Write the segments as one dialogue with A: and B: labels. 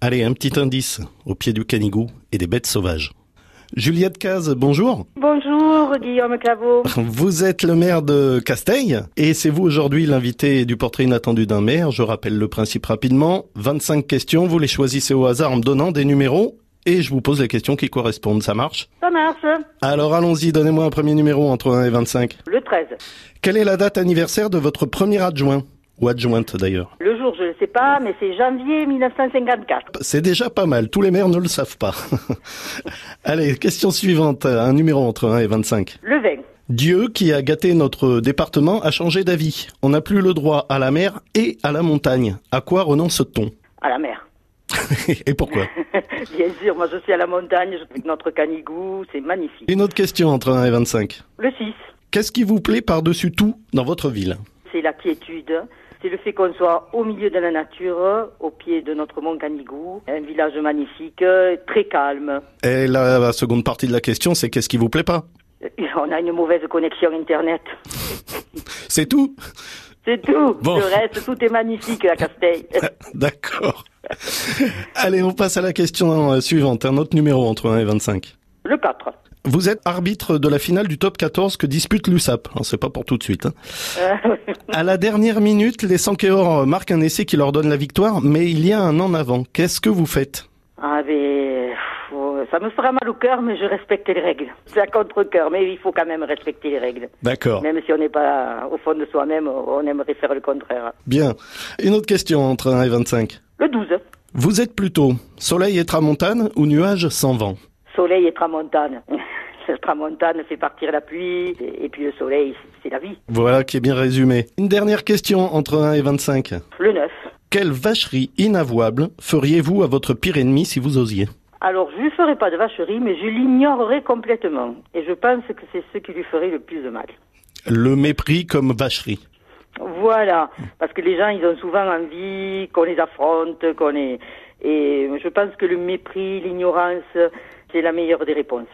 A: Allez, un petit indice au pied du canigou et des bêtes sauvages. Juliette Caz, bonjour.
B: Bonjour Guillaume Claveau.
A: Vous êtes le maire de Casteille et c'est vous aujourd'hui l'invité du portrait inattendu d'un maire. Je rappelle le principe rapidement. 25 questions, vous les choisissez au hasard en me donnant des numéros et je vous pose les questions qui correspondent. Ça marche
B: Ça marche. hein
A: Alors allons-y, donnez-moi un premier numéro entre 1 et 25.
B: Le 13.
A: Quelle est la date anniversaire de votre premier adjoint ou adjointe d'ailleurs
B: Le jour, je ne sais pas, mais c'est janvier 1954.
A: C'est déjà pas mal, tous les maires ne le savent pas. Allez, question suivante, un numéro entre 1 et 25.
B: Le 20.
A: Dieu qui a gâté notre département a changé d'avis. On n'a plus le droit à la mer et à la montagne. À quoi renonce-t-on
B: À la mer.
A: Et pourquoi
B: Bien sûr, moi je suis à la montagne, je suis notre canigou, c'est magnifique.
A: Une autre question entre 1 et 25.
B: Le 6.
A: Qu'est-ce qui vous plaît par-dessus tout dans votre ville
B: C'est la quiétude. C'est le fait qu'on soit au milieu de la nature, au pied de notre mont Canigou, un village magnifique, euh, très calme.
A: Et la, la seconde partie de la question, c'est qu'est-ce qui vous plaît pas
B: Euh, On a une mauvaise connexion Internet.
A: C'est tout
B: C'est tout.
A: Bon.
B: Le reste, tout est magnifique à Casteille.
A: D'accord. Allez, on passe à la question euh, suivante, un autre numéro entre 1 et 25.
B: Le 4.
A: Vous êtes arbitre de la finale du top 14 que dispute l'USAP. Alors, C'est pas pour tout de suite. hein.
B: Euh,
A: À la dernière minute, les Sankeor marquent un essai qui leur donne la victoire, mais il y a un en avant. Qu'est-ce que vous faites
B: ah, mais, pff, oh, ça me fera mal au cœur, mais je respecte les règles. C'est à contre-cœur, mais il faut quand même respecter les règles.
A: D'accord.
B: Même si on n'est pas au fond de soi-même, on aimerait faire le contraire.
A: Bien. Une autre question entre 1 et 25.
B: Le 12.
A: Vous êtes plutôt soleil et tramontane ou nuage sans vent
B: Soleil et tramontane. Le tramontane fait partir la pluie, et et puis le soleil, c'est la vie.
A: Voilà qui est bien résumé. Une dernière question entre 1 et 25.
B: Le 9.
A: Quelle vacherie inavouable feriez-vous à votre pire ennemi si vous osiez
B: Alors, je lui ferai pas de vacherie, mais je l'ignorerai complètement. Et je pense que c'est ce qui lui ferait le plus de mal.
A: Le mépris comme vacherie.
B: Voilà. Parce que les gens, ils ont souvent envie qu'on les affronte, qu'on les... Et je pense que le mépris, l'ignorance, c'est la meilleure des réponses.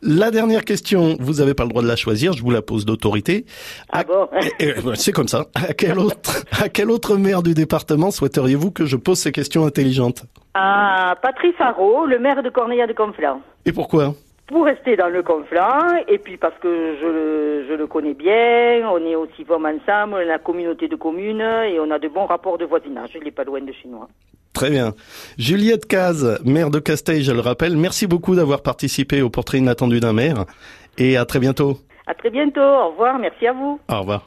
A: La dernière question, vous n'avez pas le droit de la choisir, je vous la pose d'autorité.
B: Ah bon
A: Eh, eh, ben, C'est comme ça. À quel autre, à quel autre maire du département souhaiteriez-vous que je pose ces questions intelligentes
B: Ah, Patrice Haro, le maire de Corneilla de Conflans.
A: Et pourquoi
B: pour rester dans le conflant, et puis parce que je le, je le connais bien, on est aussi forts ensemble, on a la communauté de communes, et on a de bons rapports de voisinage, il n'est pas loin de chez nous. hein.
A: Très bien. Juliette Caz, maire de Casteille, je le rappelle, merci beaucoup d'avoir participé au portrait inattendu d'un maire et à très bientôt.
B: À très bientôt, au revoir, merci à vous.
A: Au revoir.